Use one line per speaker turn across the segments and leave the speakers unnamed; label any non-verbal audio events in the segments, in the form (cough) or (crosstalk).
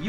一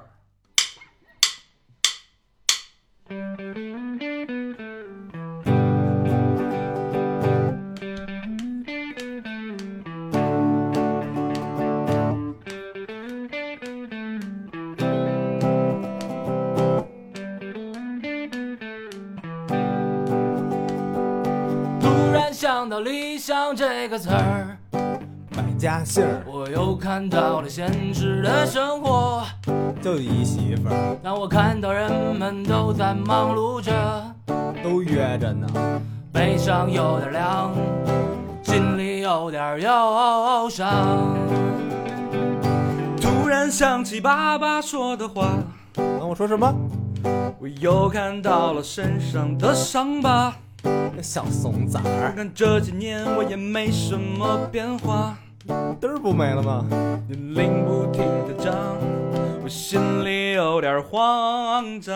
突然想到“理想”这个词儿，
百家姓儿
我又看到了现实的生活。
就一媳妇儿，
当我看到人们都在忙碌着，
都约着呢。
背上有点凉，心里有点忧伤。
突然想起爸爸说的话，
啊，我说什么？
我又看到了身上的伤疤。
那小怂崽儿，
看这几年我也没什么变化，
嘚儿不没了吗？
年龄不停的长，我心里有点慌张。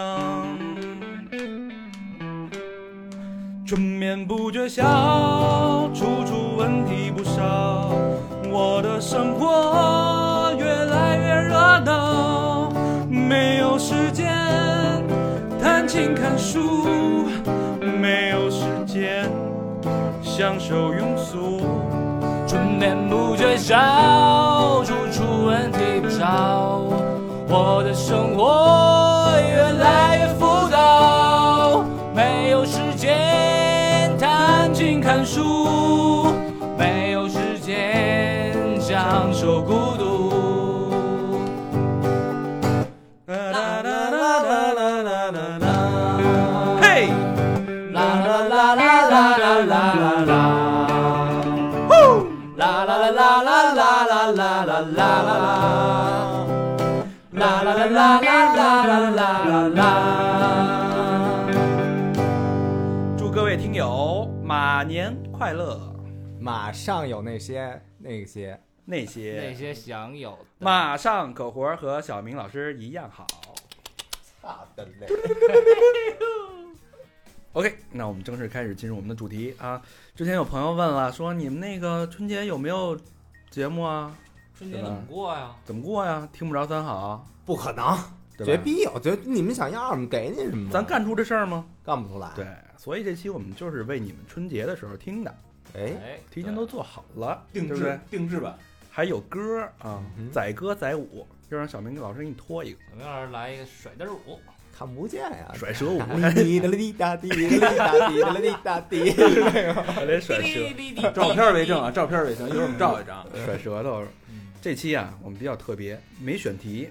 春眠不觉晓，处处问题不少，我的生活越来越热闹，没有时间弹琴看书，没有时间享受庸俗。
春眠不觉晓，处处问题不少。我的生活越来越浮躁，没有时间弹琴看书，没有时间享受孤独。
啦
啦
啦
啦
啦啦
啦啦
啦啦啦啦
啦啦啦啦
啦！嘿，
啦啦啦啦啦啦啦啦啦，啦啦啦啦啦啦啦啦啦啦啦，啦啦啦啦啦啦啦啦啦。
祝各位听友马年快乐！
马上有那些那些，
那些
些享有
马上口活儿和小明老师一样好。
操的嘞！
OK，那我们正式开始进入我们的主题啊。之前有朋友问了，说你们那个春节有没有节目啊？
春节怎么过呀？
怎么过呀？听不着咱好，
不可能，
对
绝
吧？
逼有，绝你们想要什么给你什么，
咱干出这事儿吗？
干不出来。，
对，所以这期我们就是为你们春节的时候听的，
哎，
哎，
提前都做好了，
定
对不对
制定制版，
还有歌儿啊
嗯，哼
载歌载舞，就让小明老师给你拖一个
小明老师来一个甩灯舞，
看不见呀。
甩舌舞，
滴答滴答滴答滴答滴答滴，是那个
还得甩舌，
照片为证啊，照片为证，一会儿我们照一张。
甩舌头。
嗯
这期啊，我们比较特别，没选题，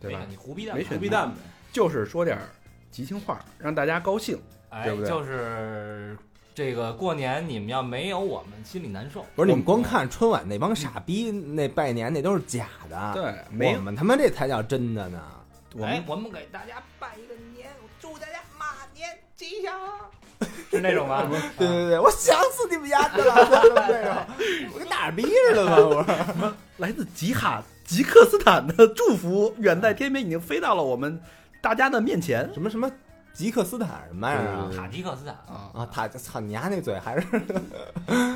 对吧
你？胡逼蛋，
没
虎
选
逼
题，
蛋呗，
就是说点儿吉庆话，让大家高兴。
哎，
对不对
就是这个过年你们要没有我们心里难受。
(laughs) 不是你们光看春晚那帮傻逼那拜年那都是假的，
对，没
我们他妈这才叫真的呢。
我
哎
们，
我们给大家拜一个年，祝大家马年吉祥，啊是那种吧？
(laughs) 对对对，我想死你们丫的了，对吧？我跟哪儿逼似的吧，我
来自吉哈吉克斯坦的祝福，远在天边，已经飞到了我们大家的面前
什么什么吉克斯坦什么玩意儿啊？
卡吉克斯坦
啊！
啊，他操你丫那嘴还 (laughs) 是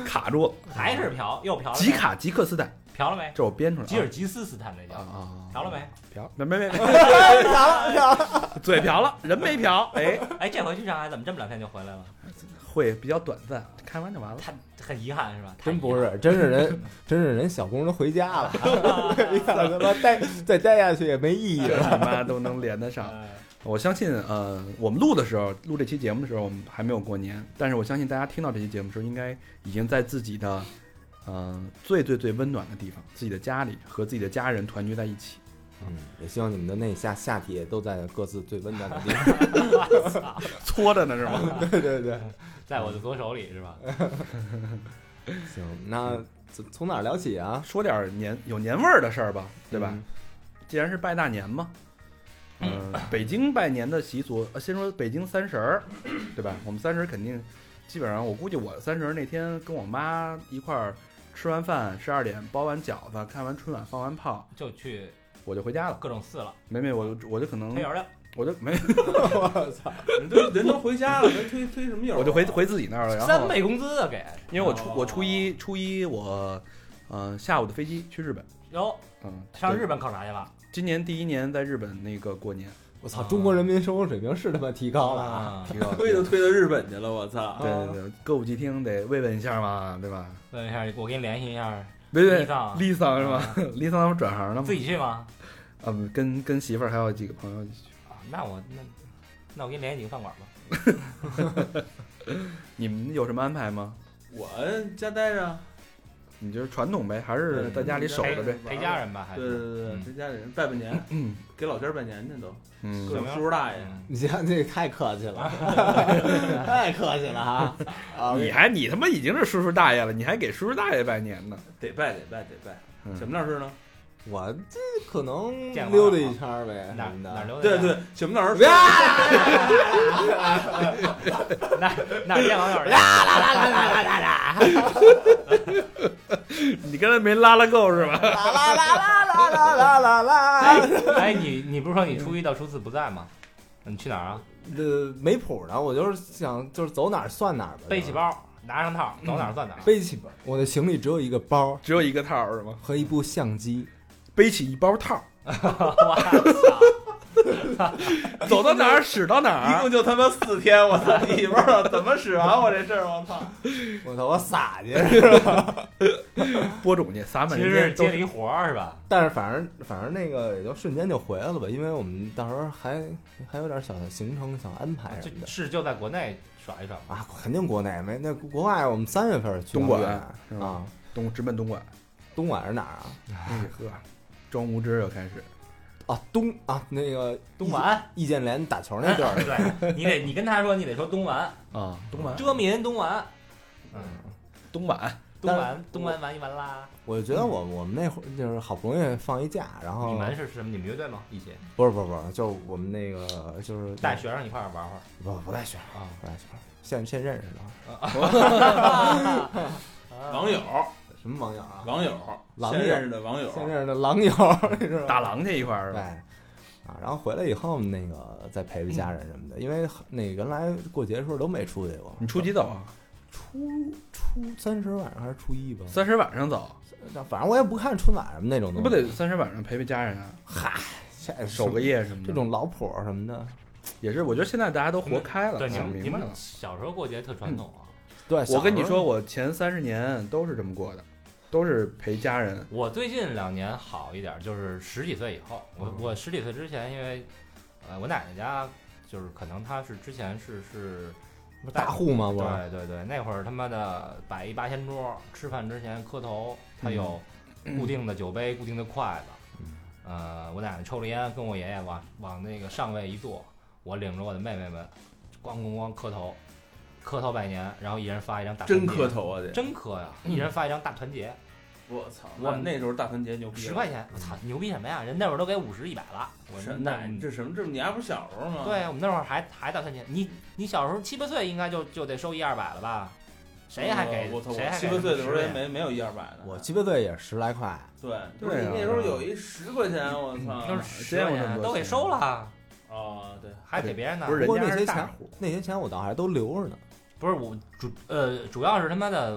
卡住，
还是嫖，又嫖了没
吉卡吉克斯坦，
嫖了没？
这我编出来啊。
吉尔吉斯斯坦
啊
那叫
啊，
嫖了没？
嫖，没没没，
啥了？
嘴瓢了，人没瓢，哎，
哎，这回去上海怎么这么两天就回来了？
会比较短暂，看完就完了。
他很遗憾是吧？
真不是，真是人，真是人小工都回家 (laughs) 了，你想他妈待再待下去也没意义了。
他妈都能连得上，
呃，
我相信，呃，我们录的时候，录这期节目的时候，我们还没有过年，但是我相信大家听到这期节目的时候，应该已经在自己的，呃，最最最温暖的地方，自己的家里和自己的家人团聚在一起。
嗯，也希望你们的那下下体都在各自最温暖的地方。
搓着呢是吗？
(laughs) 对对对，
在我的左手里是吧？
行，那从从哪儿聊起啊？
说点儿年有年味儿的事儿吧，对吧？
嗯？
既然是拜大年嘛，嗯、
呃
北京拜年的习俗，呃，先说北京三十儿，对吧？我们三十儿肯定基本上，我估计我三十儿那天跟我妈一块儿
吃完饭十二点包完饺子，看完春晚放完炮，
就去
我就回家了。
各种寺了，
没没，我就我就可能
推油的，
我就没，
(laughs) 我操，
人都人都回家了，还推推什么友啊？
我就回回自己那儿了。然
三
后
倍工资啊给，
因为我初我初一初一我，呃下午的飞机去日本，
哟，
嗯，
上
对
日本考察去了
今年第一年在日本那个过年，
我操，中国人民生活水平是他妈提高了啊！
啊，
提高
(laughs) 推都推到日本去了，我
哦
操！
对对对，歌舞伎町得慰问一下嘛，对吧？
问一下，我给你联系一下，
慰问
丽桑
丽桑是吧？ (laughs) 丽桑他们转行了吗
自？己去吗？
啊，不跟跟媳妇儿还有几个朋友一起去。
啊，那我那那我给你联系几个饭馆吧。
你们有什么安排吗？
我家待着，啊
你就是传统呗，还是在家里守着呗？
陪陪家人吧，还
对对
是
对对，
嗯
陪家里人拜拜年，
嗯
给老家拜年去都，各
嗯，
种叔叔大爷。
嗯
你像这太客
(laughs)
气了，太客气了啊！啊，
哎你还你他妈已经是叔叔大爷了，你还给叔叔大爷拜年呢？ (laughs)
得拜得拜得拜
嗯，
小明老师呢？
我这可能
见过
溜达一圈儿呗，
哪
啊什么
哪
的。
留
对对，小明老师，
那那见网友去，
你刚才没拉拉够是吧？
啦啦啦啦啦啦啦啦啦！
哎，你你不是说你初一到初四不在吗？你去哪儿啊？
呃，没谱呢，我就是想就是走哪儿算哪儿吧。
背起，包，拿上套，走哪儿算哪儿。
背起包。我的行李只有一个包
(laughs) 只有一个套儿是吗？
和一部相机。
背起一包套 (laughs) 儿，
哇操！
(laughs) 走到哪儿使到哪
一
儿。
共就他妈四天，我操，你不知道怎么使完我这事儿，我操！
我操，我撒去！
播种去，撒满
其
人
实是
间都
接
是
了一活儿是吧？
(laughs) 但是反正反正那个也就瞬间就回来了吧，因为我们到时候还还有点小的行程想安排什么
就
哎的
是就在国内耍一耍嘛。
啊，肯定国内没那国外我们三月份去
东莞是
莞
吧
啊，
东直奔东莞。
东莞是哪儿啊？
哎呵，装无知又开始。
啊东啊那个
东莞，
易建联打球那地儿，
(laughs) 对，你得你跟他说，你得说东莞，
啊，东莞，
遮民东莞，嗯，
东莞，
东莞东莞玩一玩啦。
(laughs) 我觉得我我们那会儿就是好不容易放一假，然后
你们是什么？你们乐队吗？一起
不是不是不是，就是我们那个就是
带学生一块儿玩会儿
不不带学
啊
不带学，现现认识的
网友，
什么网友啊，
网友，
网友
现认识的网友，
现认识的狼友， (laughs) 你知道吗
打狼去一块儿是
对，
吧？
啊，然后回来以后那个再陪陪家人什么的，因为那个原来过节的时候都没出去过。
你初几走啊？
初初三十晚上还是初一吧？
三十晚上走，
但反正我也不看春晚什么那种东
那
西，
不得三十晚上陪陪家人啊，
嗨，这
守个夜什么的。
这种老谱什么的。
也是，我觉得现在大家都活开了，
对，你
想
们你
嗯明白
们
了。
小时候过节特传统啊。
对，
我跟你
小时候
说，，我前三十年都是这么过的，都是陪家人。
我最近两年好一点，就是十几岁以后。我我十几岁之前，因为呃，我奶奶家就是可能她是之前是是
不是大户嘛，不是
对对对，那会儿他妈的摆一八仙桌，吃饭之前磕头，他有固定的酒杯、固定的筷子。呃，我奶奶抽着烟，跟我爷爷往往那个上位一坐，我领着我的妹妹们，咣咣咣磕头，磕头拜年，然后一人发一张大
真
团结
磕，头啊这！
真磕呀，一人发一张大团结，
我操，
我
我那时候大团结牛逼了，
十块钱，我操，牛逼什么呀？人那会儿都给五十、一百了，我
是
说
那
那
你这什么？这你还不是小时候吗？
嗯对，我们那会儿还还到三千，你你小时候七八岁应该就就得收一二百了吧？谁还
呃
给？
我操！
谁
我
还
七
给
八岁的时候
50
也
呀
没没有一二百的。
我七八岁也十来块，
对，
对
不是
啊
那时候有一十块钱，我操！
都是十块
见过这么
钱
多
都给收了，
啊，对，
还给别人呢？
不是
不
人
过
家
那些
是大
钱
户，
那些钱我倒还都留着呢。
不是我主呃主要是他妈的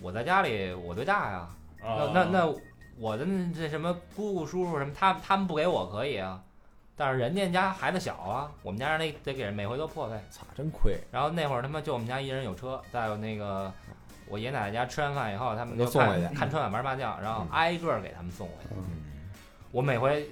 我在家里我最大呀，
啊
那那那我的那这什么姑姑叔叔什么，他他们不给我可以啊，但是人家家孩子小啊，我们家人得得给人每回都破费。
操，真亏！
然后那会儿他妈就我们家一人有车，在我那个我爷爷奶奶家吃完饭以后，他们
就
就
送
看
回去
看春晚玩麻将，然后
嗯
挨个儿给他们送回去。
嗯
我每回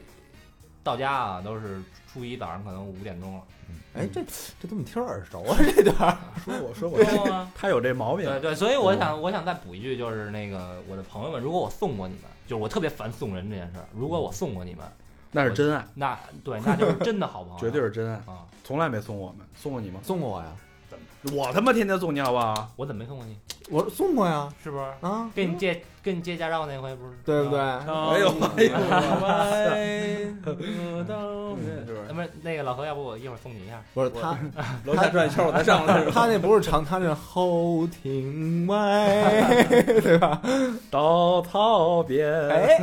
到家啊，都是初一早上可能五点钟了。
嗯
哎，这这怎么听着耳熟啊？这段儿
说我说我，
说吗
他有这毛病。
对对，所以我想我想再补一句，就是那个我的朋友们，如果我送过你们，就是我特别烦送人这件事儿。如果我送过你们，
那是真爱，
那对，那就是真的好朋友，
(laughs)
绝对是真爱，
啊！
从来没送我们，送过你吗？
送过我呀？
怎么
我他妈天天送你好不好？
我怎么没送过你？
我送过呀，
是不是？
啊，
跟你借跟你借驾照那回不是？啊
对不对？
哎呦哎呦， (laughs)
嗯？要不然那个老何，要不我一会儿送你一下？
不是他，
楼下转一圈我才上来。
他那不是长，他是后庭外，对吧？
稻草边
哎，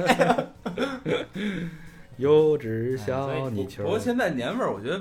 (laughs) 有只
小泥
球
哎
不过现在年味儿我觉得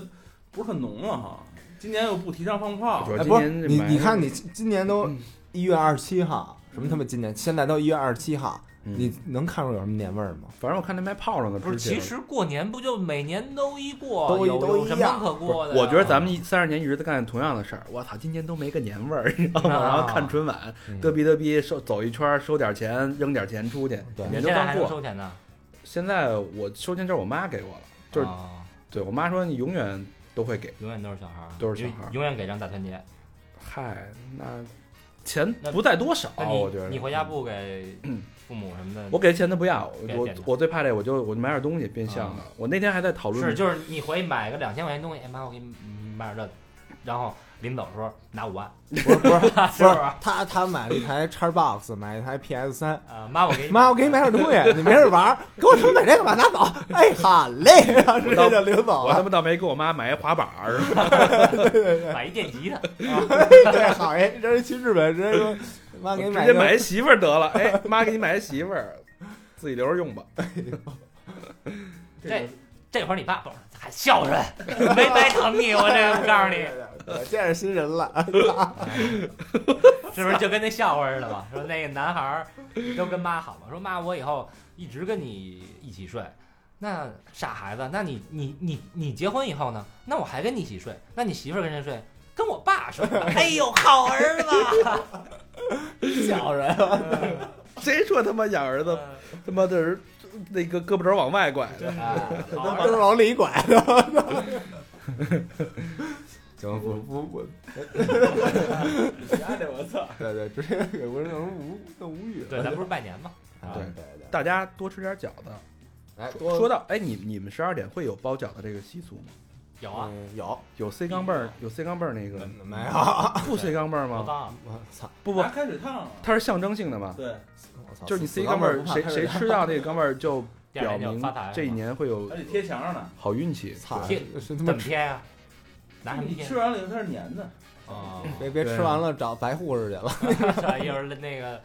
不是特浓了哈，今年又不提倡放炮，
哎，不是你，你看你今年都
嗯
一月二十七号，什么他妈今年？现在都一月二十七号，
嗯
你能看出有什么年味儿吗？
反正我看那卖炮仗的，
不是，其实过年不就每年都一过，
都一
有
都
有
一
什
样
么可过的啊呀？
我觉得咱们三十年一直在干同样的事儿，我操，今年都没个年味儿，你知道吗？
啊
然后看春晚，
嗯
嘚逼嘚逼，收走一圈儿，收点钱，扔点钱出去，
对
你
也就
现在还
当
能
过。
收钱呢，
现在我收钱就是我妈给我了，就是
啊
对我妈说你永远都会给。
永远都是小孩儿，啊
都是小孩儿
永永远给张大团结。
嗨，那钱
那
不在多少
那，
哦我觉得
你你回家不给
嗯
父母什么的？
我给钱他不要，
给
我
点的啊
我最怕这，我就我就买点东西变相的。我那天还在讨论，
是就是你回去买个两千块钱东西，哎妈，我给你买点这，然后临走的时候拿五
(laughs)
万，
不是不是不
是 (laughs) 啊不是
是，他他买了一台 Xbox，买了一台 PS 三。
啊妈，我
(laughs)
给你
妈，我给你买点东西，你没事玩儿，给我他妈买这个吧，拿走。哎，好嘞，然后直接就领走
我他
了。
妈倒没给我妈买一滑板
(laughs)
儿，是吧
买一电
(laughs)
吉他，啊
对，好哎，这是去日本，直接说，妈
我
给
直
你买
接
一
买
个
一媳妇儿得了。哎，妈给你买一媳妇儿，自己留着用吧。
这这会儿你爸不是还孝顺，
(laughs)
没白疼你，我这我告诉你，
我见着新人了， (laughs)
是不是就跟那笑话似的嘛？说 (laughs) 那个男孩儿都跟妈好嘛，说妈，我以后一直跟你一起睡。那傻孩子，那你你你你结婚以后呢？那我还跟你一起睡？那你媳妇儿跟谁睡？跟我爸
(laughs)
睡。哎呦，好儿子！
小人。
谁说他妈养儿子
呃
他妈的是那个胳膊肘往外拐的？
哎好
都
儿
是
子
往里拐 (laughs) 的。
行，不
不不，
我操！
对对，直接给我弄无弄无语了。
对，咱不是拜年嘛，
啊
对
对对，
大家多吃点饺子。
来
说
多
说到哎，你你们十二点会有包饺子这个习俗吗？
有啊，
嗯有嗯
有 C 钢镚儿，有 C 钢镚儿那个
没有？我
不 C 钢镚儿
嗯我
吗？
忘了。
操！
不不
拿，开水烫啊，
它是象征性的嘛。
对，
我
啊
操！
就是你
死
C
钢
钢镚
儿
儿，
不怕
谁
开
谁
水
吃到那个钢镚儿就
第
表
二天
明
就发财了嘛。哎
这一年会有
还得贴墙上呢。
好运气。
操！
贴
是
怎
他妈
么贴啊？拿什么
你
贴
吃？完了以后它是粘的，
啊，
别别吃完了找白护士去了
(laughs) 一会儿那个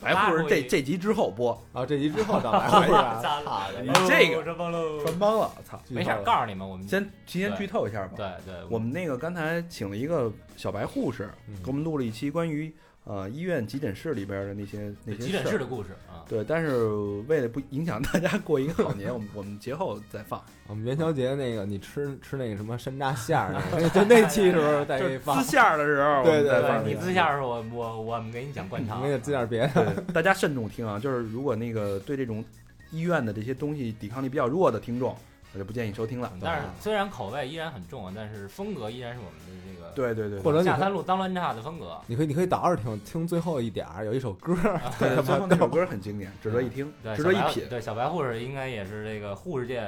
白护士
拉过
这
去
这集之后播，
啊！这集之后找白
(laughs)
护士啊，
操
操的
你这个
哎这帮喽。
穿帮了，操！
没事儿，告诉你们，我们
先提前
对
剧透一下吧。
对对，
我们那个刚才请了一个小白护士，
嗯
给我们录了一期关于呃医院急诊室里边的那些那
对
些
急诊
事
室
儿。
的故事啊，
对，但是为了不影响大家过一个好年，我们我们节后再 (laughs) 放。
我们元宵节那个你吃吃那个什么山楂馅儿那
(laughs)
个，就那期时候再
就
给你
是
放
撕，馅儿的时 (laughs) 候，
对
我们再
对
放
你
那个
自下是我我我们给你讲灌啊
你
肠
那，个吃点别的。
对，大家慎重听啊！就是如果那个对这种医院的这些东西抵抗力比较弱的听众，我就不建议收听了。
但是虽然口味依然很重啊，但是风格依然是我们的这个
对对对，
或者你
下
可
三路脏乱差的风格。
(laughs) 你可以你可以倒着听听最后一点儿，有一首歌儿，
对最后那首歌嗯很经典，值得一听，
对，
值
小
得
白
一品。
对，小白护士应该也是这个护士界，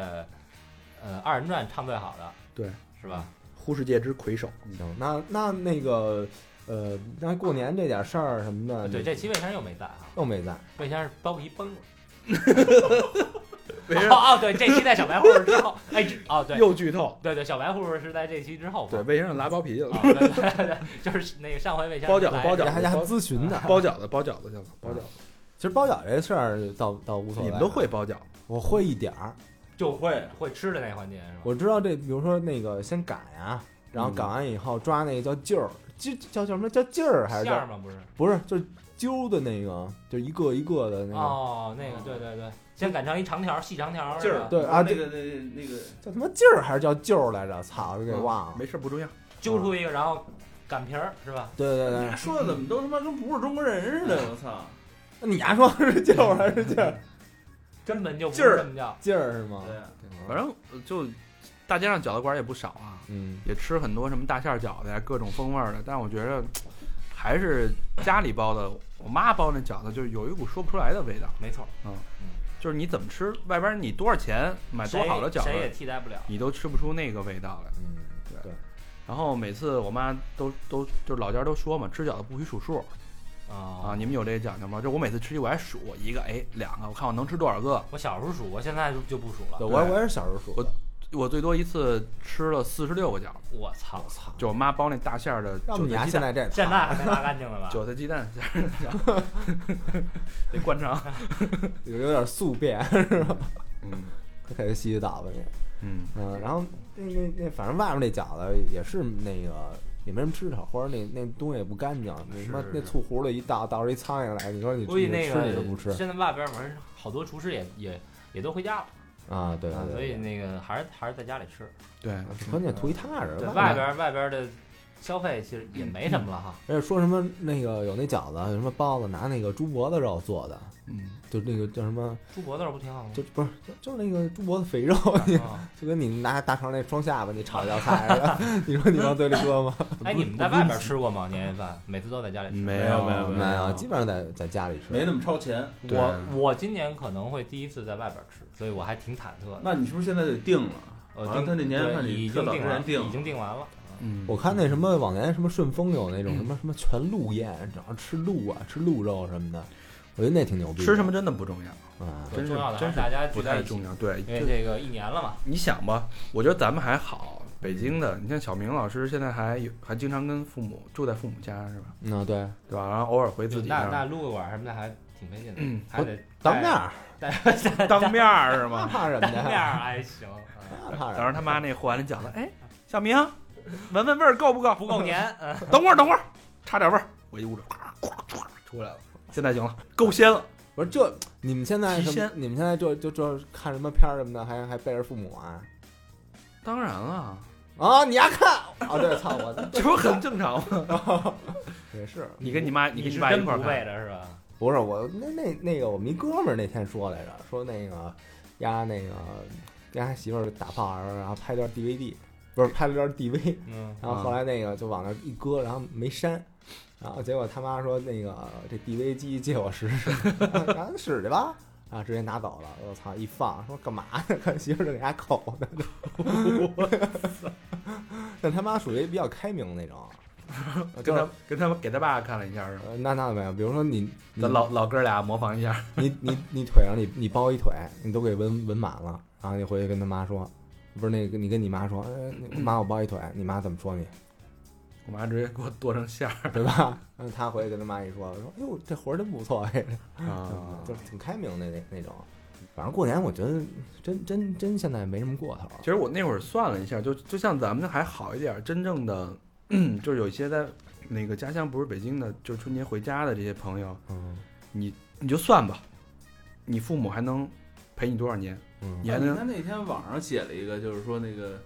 呃，二人转唱最好的，
对，
是吧？
护士界之魁首，
行，那那那个呃，那过年这点事儿什么
啊
的，
嗯
对，
你
这期魏先生又没在啊，
都没在。
魏先生包皮
(laughs)
崩了。
没事
哦哦，对，这期在小白护士之后，哎，这哦对，
又剧透。
对对，小白护士是在这期之后
对，
放的。
卫生上拉包皮去了，
啊对对对，就是那个上回魏先生
包饺子
来
包饺子
还还咨询呢。
(laughs) 包饺子，包饺子去了，包饺子。
其实包饺子这事儿倒倒无所谓，
你们都会，包饺子，
我会一点儿。
就会会吃的那环节是吧？
我知道这，比如说那个先擀呀，然后擀完以后抓那个叫劲儿，劲叫叫什么叫劲儿还是
馅儿
叫
吗？不是？
不是就是揪的那个，就一个一个的那个
哦，那个对对对，先擀成一长条儿细长条儿
劲
是
儿
吧？
对
那
啊这
个那个那个
叫他妈劲儿还是叫劲儿来着？操，给忘了。
没事不重要。
揪
嗯
出一个，然后擀皮儿是吧？
对对对
你，说的怎么都他妈跟不是中国人似
哎
的，我操！
那你还说是劲儿还是劲儿？
根本就不
劲儿
是这么叫。
劲儿是吗？
对，
啊
反正呃就大街上饺子馆也不少啊，
嗯，
也吃很多什么大馅儿饺子呀，各种风味儿的。但我觉着还是家里包的，我妈包那饺子就是有一股说不出来的味道。
没错，
就是你怎么吃，外边你多少钱买多
谁
好的饺
谁也
子，
替代不了。
你都吃不出那个味道来。
嗯，
对
对。
然后每次我妈都都就是老家都说嘛，吃饺子不许数数啊，
啊！
你们有这讲究吗？就我每次吃一我还数一个，哎，两个，我看我能吃多少个。
我小时候数，我现在就就不数了。
对
我
我
我也是小时候数的，
我最多一次吃了四十六个饺子，
我操
我！操，
就我妈包那大馅儿的
要
韭
不你
菜
丫
鸡
现
蛋，
在这
现在该擦干净了吧？
韭菜鸡蛋馅儿的饺子，得灌肠。
有有点宿便， (laughs)
嗯
开始吸倒了你。
嗯，
嗯，然后那那那反正外面那饺子也是那个也没什么吃头，或者那那东西也不干净，你他妈
是
那醋葫芦一倒倒出一苍蝇来，你说你
估计
你
那
吃你都不
个
吃
现在外边儿反正好多厨师也也也都回家了，
啊？对
啊
对
所以
对，
那个还是还是在家里吃。
对，
关键图一踏实
对，，外
面
边儿外边儿的消费其实也没什么了
(laughs)
哈。
而且说什么那个有那饺子，有什么包子拿那个猪脖子肉做的，
嗯，
就那个叫什么，
猪脖子肉不挺好
(laughs)
吗？
就不是就就是那个猪脖子肥肉， (laughs)
啊
就跟你拿大肠那双下巴你炒一道菜似的， (laughs) 你说你往嘴里搁吗？
哎，你们在外边儿吃过吗？年夜饭每次都在家里吃。
嗯没有没有
没有，基本上在在家里吃，
没那么超前。
对
我我今年可能会第一次在外边儿吃，所以我还挺忐忑的。
那你是不是现在得定了？
呃，
完了
定
他这年夜饭
对
得
已
特
经
早
定
之前
完，
定
已经定完了。
嗯，
我看那什么往年什么顺丰有那种什么什么全鹿宴，然后吃鹿啊，吃鹿肉什么的，我觉得那挺牛逼的。
吃什么真的不重要，
啊？
真是
重要的还
真
是
是
大家聚
不
在
太
一起
重，要。对，
因为
就
这个一年了嘛。
你想吧，我觉得咱们还好，北京的，你像小明老师现在还有还经常跟父母住在父母家是吧？
嗯，对，
对吧？然后偶尔回自己
那那
家，
撸个馆什么的还挺费劲
嗯
的，还得
当面儿
带
当面儿是
那
(laughs) 吗？
怕什么
当
呀？
面 (laughs) 儿还行，嗯
那怕
早
什
上
么？
他妈那和完了饺子，哎，小明，闻闻味儿够不够？
不够年。嗯
等会儿等会儿，差点味儿，我一捂着，咵咵咵出来了。现在行了，够鲜了。
不是这你们现在
提
什么
鲜？
你们现在就就就看什么片儿什么的，还还背着父母啊？
当然了，
啊，你丫看啊？对，操我的，
这不是很正常吗？
也是，
你跟你妈，
你
跟你
是
爸一
真
块儿
不
看
背，着是吧？
不是我那那那个我们一哥们儿那天说来着，说那个丫那个丫媳妇儿打炮，然后拍段 DVD，不是拍了段 DV。
嗯，
然后后来那个就往那儿一搁，然后没删，然后结果他妈说那个这 DV 机借我试试，然后然后使去吧，然后直接拿走了，我操一放说干嘛呢？ (laughs) 看媳妇儿正给他口呢， (laughs) 但他妈属于比较开明那种，
(laughs) 跟
就是
他跟他给他爸看了一下是吧？
呃那那没有，比如说你你
咱老老哥俩模仿一下，
你你你腿上你你包一腿，你都给纹纹满了，然后你回去跟他妈说，不是那个你跟你妈说，哎、妈我包一腿，你妈怎么说你？
我妈直接给我剁成馅儿
对吧？ (laughs) 然后他回去跟他妈一说，说：“哎呦，这活儿真不错，哎，
啊
就是挺开明的那那种。”反正过年我觉得真真真现在没什么过头。
其实我那会儿算了一下，就就像咱们还好一点儿，真正的 (clears throat) 就是有一些在那个家乡不是北京的，就是春节回家的这些朋友，
嗯
你你就算吧，你父母还能陪你多少年？
嗯
你还
你
能
看那天网上写了一个，就是说那个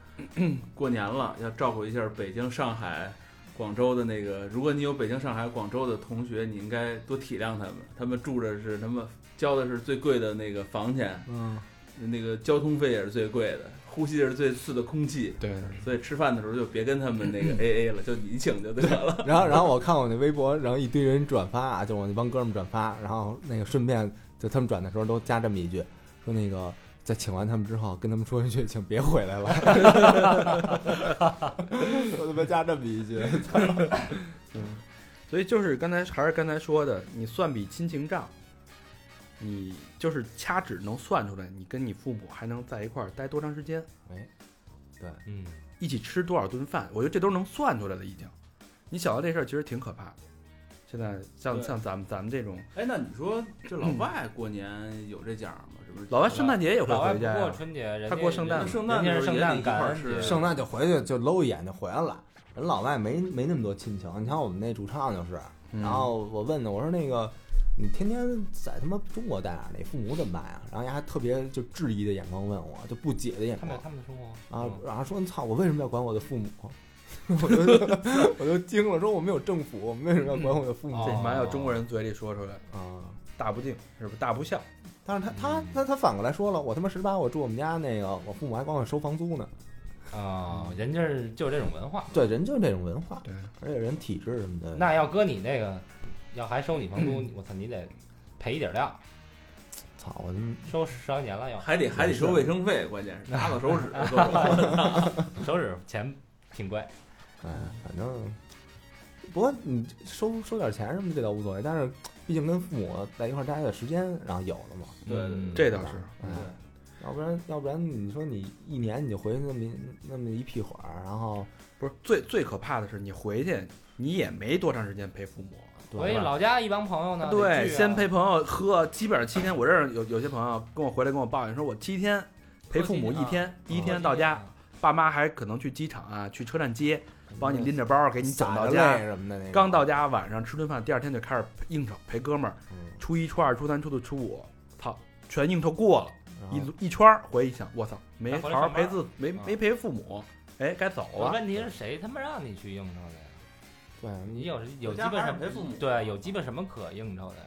过年了要照顾一下北京、上海、广州的那个，如果你有北京、上海、广州的同学，你应该多体谅他们，他们住着是他们交的是最贵的那个房钱，
嗯，
那个交通费也是最贵的，呼吸的是最次的空气，
对，
所以吃饭的时候就别跟他们那个 A A 了，就你请就得了。
然后然后我看我那微博，然后一堆人转发啊，就我那帮哥们儿转发，然后那个顺便就他们转的时候都加这么一句，说那个在请完他们之后，跟他们说一句，请别回来了。 (laughs) 我他妈加这么一句，
所以就是刚才还是刚才说的，你算笔亲情账，你就是掐指能算出来，你跟你父母还能在一块儿待多长时间，
哎，
嗯，
一起吃多少顿饭，我觉得这都能算出来的已经。你想到这事儿其实挺可怕的。现在像
对
像咱们咱们这种
哎，那你说这老外过年有这讲吗？是不是？
老外圣诞节也会
老外
回
不
家呀、
过春节，人
他
家
过圣诞
那
了
圣
人家是圣
诞的时候也得
诞
一块
感
儿
恩
吃
节，
圣诞就回去就搂一眼就回来了。人老外没没那么多亲情，你看我们那主唱就是，
嗯
然后我问他，我说那个你天天在他妈中国待着，你父母怎么办呀？然后人家特别就质疑的眼光问我，就不解的眼
他
光
们他们的生活
啊
嗯，
然后说操，我为什么要管我的父母？ (laughs)
(laughs)
我就我就惊了，说我们有政府，我们为什么要管我的父母
这
哦
他妈要中国人嘴里说出来，
嗯
啊？
大不敬是不是大不孝？
但是他他他他反过来说了，我他妈十八，我住我们家那个，我父母还管我收房租呢。
啊，人家是就这种文化。
对，人就这种文化，
对，
而且人体制什么的，
那要搁你那个，要还收你房
(clears throat)
租，我操，你得赔一点料，
操，我他妈
收十来年了要，
还得还得收卫生费，关键是拿到手指。够了
手指钱挺贵。
哎，反正不过你收收点钱什么这倒无所谓，但是毕竟跟父母在一块儿待的时间，然后有了嘛，
对对
嗯 (laughs)
对
这倒是，
哎，要不然要不然你说你一年你就回去那么一那么一屁会儿，然后
不是最最可怕的是你回去你也没多长时间陪父母。
对
回去
吧
老家一帮朋友呢，得
对，
聚啊
先陪朋友喝，基本上七天。我认识有有些朋友跟我回来跟我抱怨说，我七天陪父母一
啊
天，第一天到家，，爸妈还可能去机场啊，去车站接，帮你拎着包给你整
洒
到
着
家
泪。什么的那种，
刚到家晚上吃顿饭，第二天就开始应酬陪哥们儿，
嗯，
初一、初二、初三、初四、初五，操，全应酬过了，
然后
一一圈儿回去一想，我操，没
还啊回来
好好
上班
陪自没
啊
没陪父母，哎，该走
我
了。
问题是谁他妈让你去应酬的呀？
对
你有有
有
基
家
本
还
什
是
么
陪父母
对，有基本什么可应酬的呀？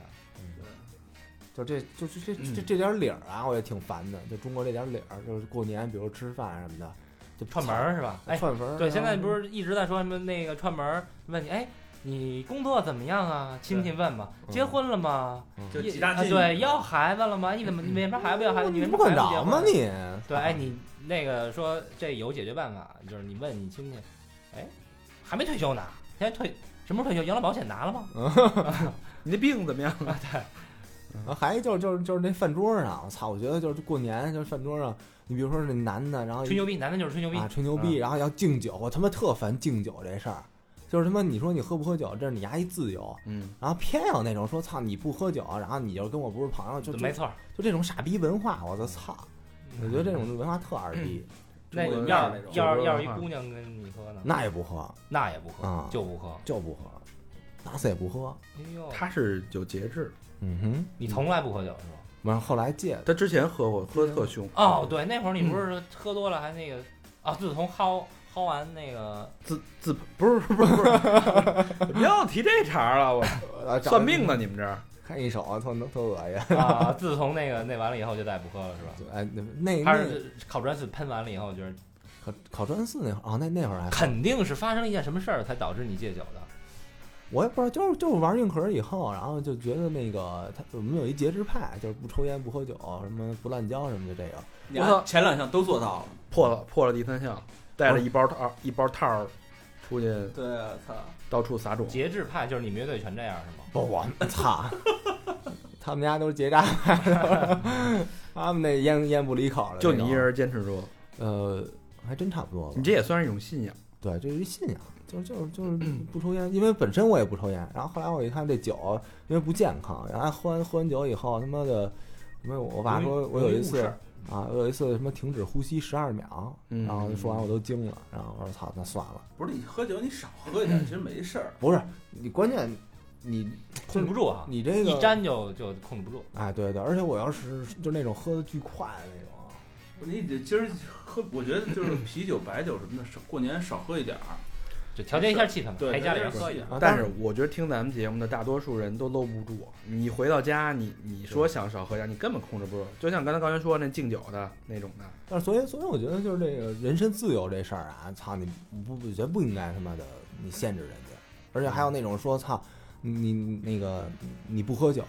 就这就就这这
嗯
这点理儿啊，我也挺烦的。就中国这点理儿，就是过年，比如吃饭什么的，就
串门儿是吧？哎，
串门儿。啊
对，现在不
是
是一直在说什么那个串门儿问你，哎，你工作怎么样啊？亲戚问嘛，
嗯
结婚了吗？
就
一
几大
啊
进
对，要孩子了吗？你怎么你为什么还不要孩子？你为什
你不
么
管
还结
着
婚
吗？你？
对，哎，你那个说这有解决办法，就是你问你亲戚，哎，还没退休呢，现在退什么时候退休？养老保险拿了吗？
你的病怎么样？
啊还一就是就是就是那饭桌上，我操，我觉得就是过年就是饭桌上，你比如说是男的，然后一
吹牛逼，男的就是吹牛逼，嗯
啊吹牛逼，然后要敬酒，我他妈特烦敬酒这事儿。就是他妈，你说你喝不喝酒，这是你丫一自由，
嗯，
然后偏有那种说操你不喝酒，然后你就跟我不是朋友，就就
没错儿。
就这种傻逼文化，我的操！我觉得这种文化特二逼，
嗯那
中国
你
面
要
儿那种
要
酒桌
要是一
文化
姑娘跟你喝呢，
那也不喝，
那也不喝，
啊
就不喝。
就不喝，打死也不喝。
哎呦，
他是有节制，
嗯哼，
你从来不喝酒是吧？
完后来戒的，
他之前喝过，喝得特凶。
哦，
嗯
对，那会儿你不是说喝多了还那个啊？自从薅薅完那
(laughs)
个，
自自不是不是不是， (laughs) 不要提这茬了，我
呃
(laughs)
啊
算命，呢，你们这儿
看一手啊，特特恶心。
啊，自从那个那完了以后就再也不喝了是吧？
哎，那那
还
那
是烤砖是喷完了以后，就是
考考专四那会儿啊，那那会儿还好
肯定是发生了一件什么事儿才导致你戒酒的。
我也不知道，就是就是玩硬壳以后，然后就觉得那个他我们有一节制派，就是不抽烟、不喝酒、什么不滥交什么的这个。
你
我
看
操
前两项都做到了。
破了破了第三项，带着一包套一包套儿出去
对啊，操！
到处 (laughs) 撒种。
节制派就是你们乐队全这样是吗？
不，我操，他们家都是结扎派的， (laughs) 他们那烟烟不离口的。
就你一，人坚持住，
呃，还真差不多吧。
你这也算是一种信仰。
对，这是一信仰，就是就是就是不抽烟，因为本身我也不抽烟。然后后来我一看这酒，因为不健康，然后喝完喝完酒以后，他妈的，什么我爸说我有一次啊，我有一次什么停止呼吸十二秒，
嗯
然后说完我都惊了，然后我说操，那算了，
不是你喝酒，你少喝一点，其实没事儿。
不是你关键你
控不住啊，
你这个
一沾就就控不住。
哎对对，而且我要是就那种喝的巨快的那种，
不是你得今儿喝，我觉得就是啤酒、白酒什么的，少过年少喝一点儿。
就调节一下气氛，
对，
陪家里人
少
喝
喝
一
一
点
点。
啊、
但是我觉得听咱们节目的大多数人都搂不住。你回到家，你你说想少喝点，你根本控制不住。就像刚才高原说那敬酒的那种的， (laughs)
但是所以所以我觉得就是这个人身自由这事儿啊，操你不不觉得不应该他妈的你限制人家，而且还有那种说操你那个你不喝酒，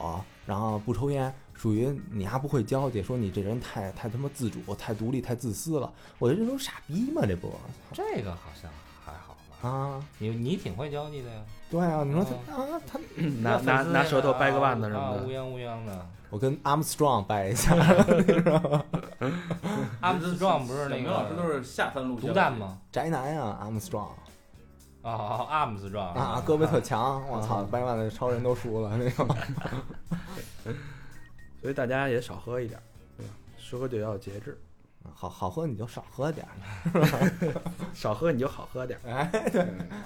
然后不抽烟，属于你还不会交际，说你这人太太他妈自主、太独立、太自私了。我觉得这种傻逼嘛，这不
这个好像还好吧？
啊，
你你挺会交际的呀，
对啊，你说他啊他，
拿拿拿舌头掰个腕子什
啊
么
乌
的。
泱乌泱的。
(laughs)
我跟 Armstrong 掰一下， (laughs)
阿姆斯壮不是那
小
个
明老师都是下三路
毒蛋？吗？
宅男啊，Armstrong
啊、哦，阿姆斯壮
啊，胳膊特强，我操，掰腕子超人都输了那种。
所以大家也少喝一点，对吧？说喝酒要有节制，
好好喝你就少喝点儿，
少喝你就好喝点。
啊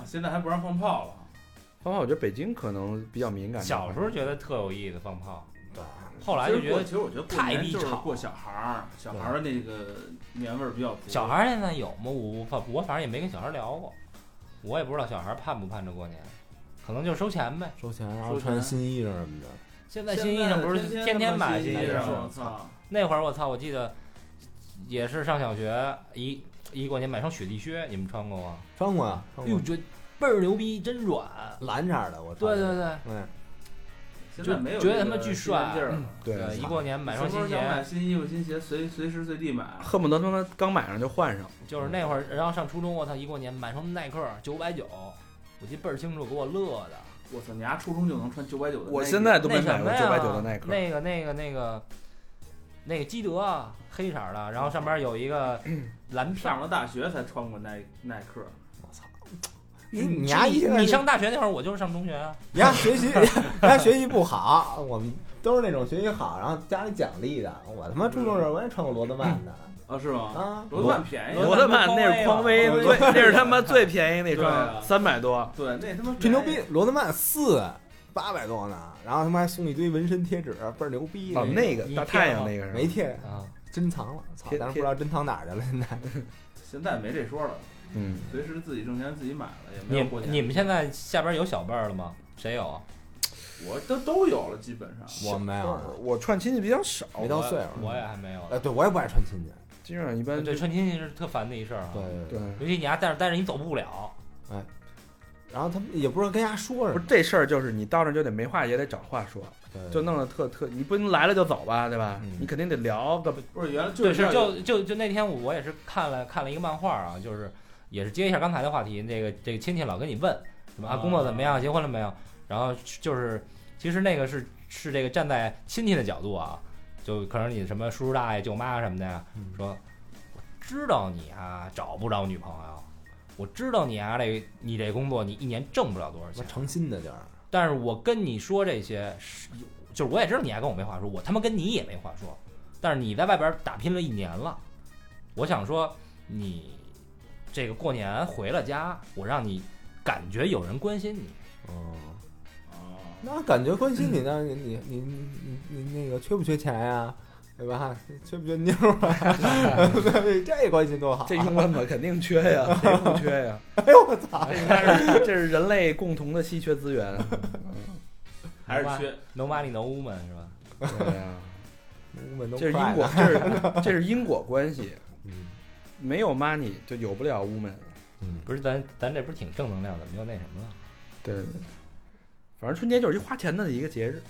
现在还不让放炮了。
方法，我觉得北京可能比较敏感。
小时候觉得特有意思放炮，
对。啊
后来
其
就
实
觉
过，
得
其实我觉得过
太
年
逼
就是
吵
过小孩儿，小孩儿那个年味儿比较足。
小孩儿现在有吗？我我反我反正也没跟小孩儿聊过，我也不知道小孩儿盼不盼着过年，可能就是收钱呗。
收钱，然后
收
穿
钱
新衣裳什么的。
现在
现在
新衣裳不是
天
天买
新
新衣
裳
裳
我
吗？
操！
那会儿我操，我记得也是上小学一一过年买双雪地靴，你们穿过吗？
穿过呀，穿
哟，
过
觉得倍儿牛逼，真软。
蓝色的我
对
穿的。
对对，
对，
现在没有
觉得
这
他妈
个
巨
提
帅嗯
篮劲儿了
对，一过年买双
什么
新
时候想买
鞋，
新衣服、新鞋，随随时随地买。
恨不得他妈刚买上就换上。
就是那会儿，然后上初中，我操，一过年买双耐克九百九，我记得倍儿清楚，给我乐的。
我操，你丫初中就能穿九百九的？
我现在都没
那
买
什
过
么呀？
九百九的耐克，
那个那个那个那个基德啊，黑色儿的，然后上边有一个蓝片
上
儿。
了大学才穿过耐耐克，
你你丫一
嗯你
现在
你上大学那会儿，我就是上中学啊。
你丫学习，你丫学习不好，我们都是那种学习好，然后家里奖励的。我他妈初中时候我也穿过罗德曼的
啊，是吗？
啊，
罗德曼便宜，
罗德曼那是匡威，
匡威
最那是他妈最便宜那
对
双，
啊
三百多。
对，那他妈
吹牛逼，罗德曼四八百多呢，然后他妈还送一堆纹身贴纸，倍儿牛逼。
哦，那个
你
大
贴
太阳
吗
那个是吧
没贴，
啊，
珍藏了，操！
贴
但是不知道珍藏哪儿去了，现在
现在没这说了，
嗯，
随时自己挣钱自己买了，也没
你
有过年。
你们现在下边有小辈儿了吗？谁有？啊
我都都有了，基本上。
我没有呢，
我串亲戚比较少，
没到岁数。
我也还没有。
呃，对我也不爱穿亲戚。
基本上一般
对，
就
穿亲戚是特烦的一事儿啊。
对，对对
对。
尤其你还带着带着你走不了，
然后他们也不知道跟人家说什么
不是，这事儿，就是你到那儿就得没话也得找话说，
对
就弄得特特，你不能来了就走吧，对吧
嗯？
你肯定得聊个
不是原来就
对，是
是
就就就那天我我也是看了看了一个漫画啊，就是也是接一下刚才的话题，那个这个亲戚老跟你问什么啊
啊
工作怎么样，结婚了没有，然后就是其实那个是是这个站在亲戚的角度啊，就可能你什么叔叔大爷舅妈什么的呀，
嗯
说我知道你啊找不着女朋友，我知道你啊这你这工作你一年挣不了多少
他妈
钱，
诚心的就是，
但是我跟你说这些，是就是我也知道你还跟我没话说，我他妈跟你也没话说。但是你在外边打拼了一年了，我想说你这个过年回了家，我让你感觉有人关心你。
嗯，
哦
那感觉关心你呢，你你你你你你那个缺不缺钱呀？对吧？缺不缺妞啊？这关心多好！
这用问吧，肯定缺呀， (laughs) 谁不缺呀？
哎呦我操！
这应该是这是人类共同的稀缺资源。
还是缺
No money, no woman 是吧？
对呀，
我们都
这是
快
因果
了，
这是这是因果关系，
嗯
没有 money 就有不了 woman。
嗯，
不是咱咱这不是挺正能量的，没有那什么了，
对，反正春节就是一花钱的一个节日，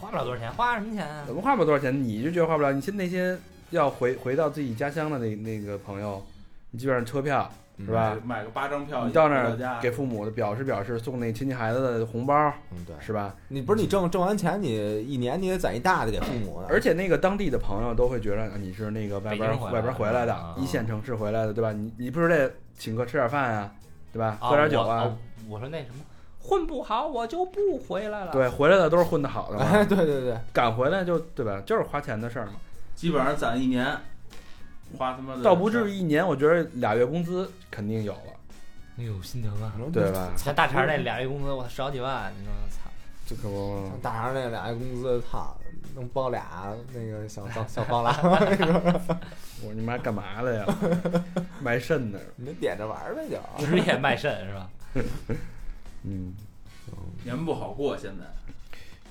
花不了多少钱，花什么钱啊
怎？么花不了多少钱，你就觉得花不了。你现那些要回回到自己家乡的那那个朋友，你基本上车票
嗯
是
啊
吧？
买个八张票，
你到那
回家
儿给父母表示表示，送那亲戚孩子的红包
嗯，对，
是吧？
你不是你挣挣完钱，你一年你得攒一大的给父母呢。
而且那个当地的朋友都会觉得啊你是那个外边
北
儿
京回来的
外边儿回来
啊
的，一线城市回来的，对吧？你你不是得请客吃点饭啊，对吧？喝点酒
啊我
啊
啊，我说那什么，混不好我就不回来了。
对，回来的都是混得好的
哎，
嘛，
(laughs)
(laughs)
对对对，
赶回来就对吧？就是花钱的事儿嘛，
基本上攒一年，花他妈的
倒不至于一年，我觉得俩月工资肯定有了，
哎呦，心疼啊！
对？吧？
像大肠那俩月工资，我十好几万，你说我操！
这可不
像大肠那俩月工资，操，能包俩那个小小小包拉， (laughs)
我说你妈干嘛来呀？ (laughs) 卖肾的，
你就点着玩儿呗就。
(laughs) 职业卖肾是吧？
嗯，
年不好过。现在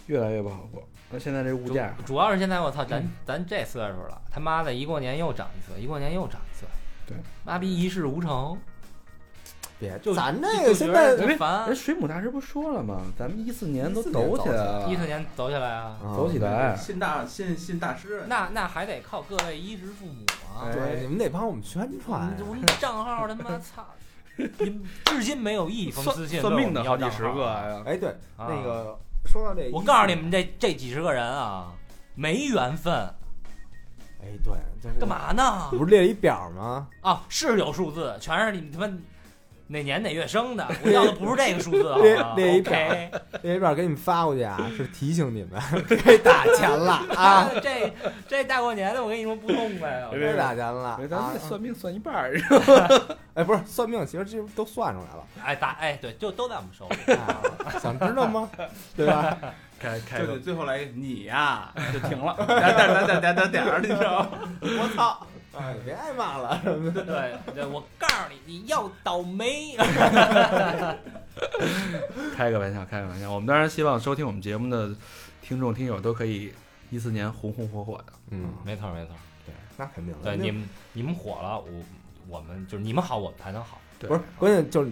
越来越不好过。那现在这物价，
主要是现在我操，咱咱这岁数了，他妈的一过年又涨一次，一过年又涨一次，
对，
妈逼一事无成，
别，
就
咱这
就
个
觉
现
得
在
特
哎
烦
人。水母大师不说了吗？咱们一四年都
14年
抖起来
一
了
四，年走起来啊，
走起来。
信大信信大师，
那那还得靠各位衣食父母啊
哎。
对，你们得帮我们宣传呀
我。们账号他妈操，
(laughs)
你至今没有一封
算
私信
算
问我
命的
们要
好几
账
十
号
个呀！
哎，对，
啊
那个说到这，
我告诉你们，，这这几十个人啊，没缘分，
哎，对，就是
干？嘛呢
你？不是列了一表吗？
啊，是有数字，全是你们他妈哪年哪月生的，我要的不是这个数
(laughs)
字，好
列
吗
列一
OK
列一表给你们发过去啊，是提醒你们 (laughs) 该打钱了啊，
(laughs) 这这大过年的，我跟你说不痛快 (laughs) 啊！
别
该打钱了
哎咱
啊
们。算命算一半儿，
哎，不是算命，其实这都算出来了。
哎，打哎，对，就都在我们手里。
啊想知道 (laughs) 吗？对吧？
(laughs) 开
就
开
得
个
最后来一个你呀，就停了，点点点
(laughs)
点点点 (laughs) 儿，你知道吗？
我操！哎，别挨骂了，什么的。
(laughs) 对对，我告诉你，你要倒霉。
(laughs)
(laughs)
开个玩笑，开个玩笑。我们当然希望收听我们节目的听众听友都可以一四年红红火火的。
嗯，
没错没错，
对，那肯定
对
的。
你们你们火了，我我们就是你们好，我们才能好。
对
不是，关键就是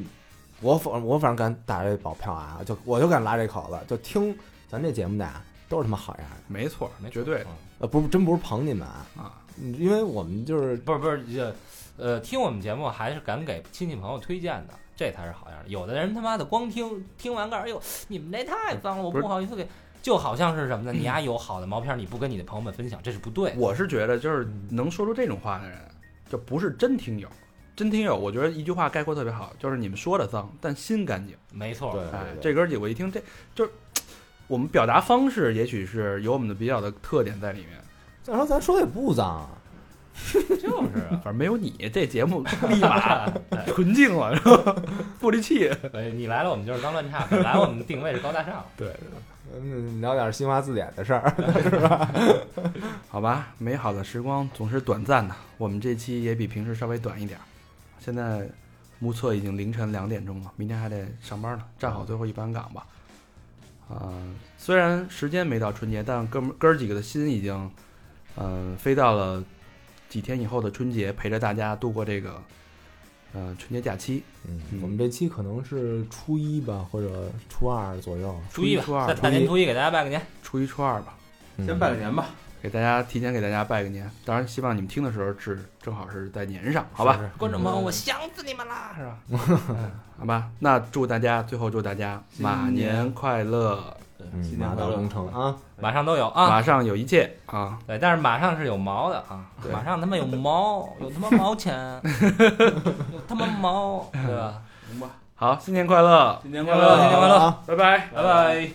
我反我反正敢打这保票啊，就我就敢拉这口子，就听咱这节目的啊，都是他妈好样的，
没错
没，错
绝对
嗯
呃，不是真不是捧你们啊，
啊，
因为我们就是
不是不是，这呃，听我们节目还是敢给亲戚朋友推荐的，这才是好样的。有的人他妈的光听听完告诉，哎呦，你们这太脏了，我
不是
不好意思给。就好像是什么呢？ (clears throat) 你丫有好的毛片，你不跟你的朋友们分享，这是不对的。
我是觉得就是能说出这种话的人，就不是真听友。真听友，我觉得一句话概括特别好，就是你们说的脏，但心干净。
没错
对，对
哎，
对
这歌儿我一听，这就是我们表达方式，也许是有我们的比较的特点在里面。
再说咱说的也不脏啊，
就是啊
反正没有你，这节目立马
(laughs)
纯净了，是吧？不离弃。
哎你来了，我们就是脏乱差；本来我们的定位是高大上。
对，
嗯，聊点新华字典的事儿，
好吧，美好的时光总是短暂的，我们这期也比平时稍微短一点儿。现在目测已经凌晨两点钟了，明天还得上班呢，站好最后一班岗吧。啊、虽然时间没到春节，但哥们哥儿几个的心已经，嗯、飞到了几天以后的春节，陪着大家度过这个，呃，春节假期。
嗯，我们这期可能是初一吧，或者初二左右，
(laughs) 初一吧
初一初，二
大大
初
年
一
初一给大家拜个年。
初一、初二吧，
嗯
先拜个年吧。
给大家提前给大家拜个年。当然，希望你们听的时候是正好是在年上，好吧？
是
观众朋友，我想死你们啦！是吧？
(laughs) 好吧，那祝大家最后祝大家马年快乐，
对
嗯
新
马
年快
到
乐
功！成啊，
马上都有啊。
马上有一切啊！
对，但是马上是有毛的啊，
对
马上他妈有毛，有他妈毛钱， (laughs) 有他妈毛，对吧？
行吧，
好，新年快乐，
新年
新年快乐
啊
乐
拜拜。
拜拜。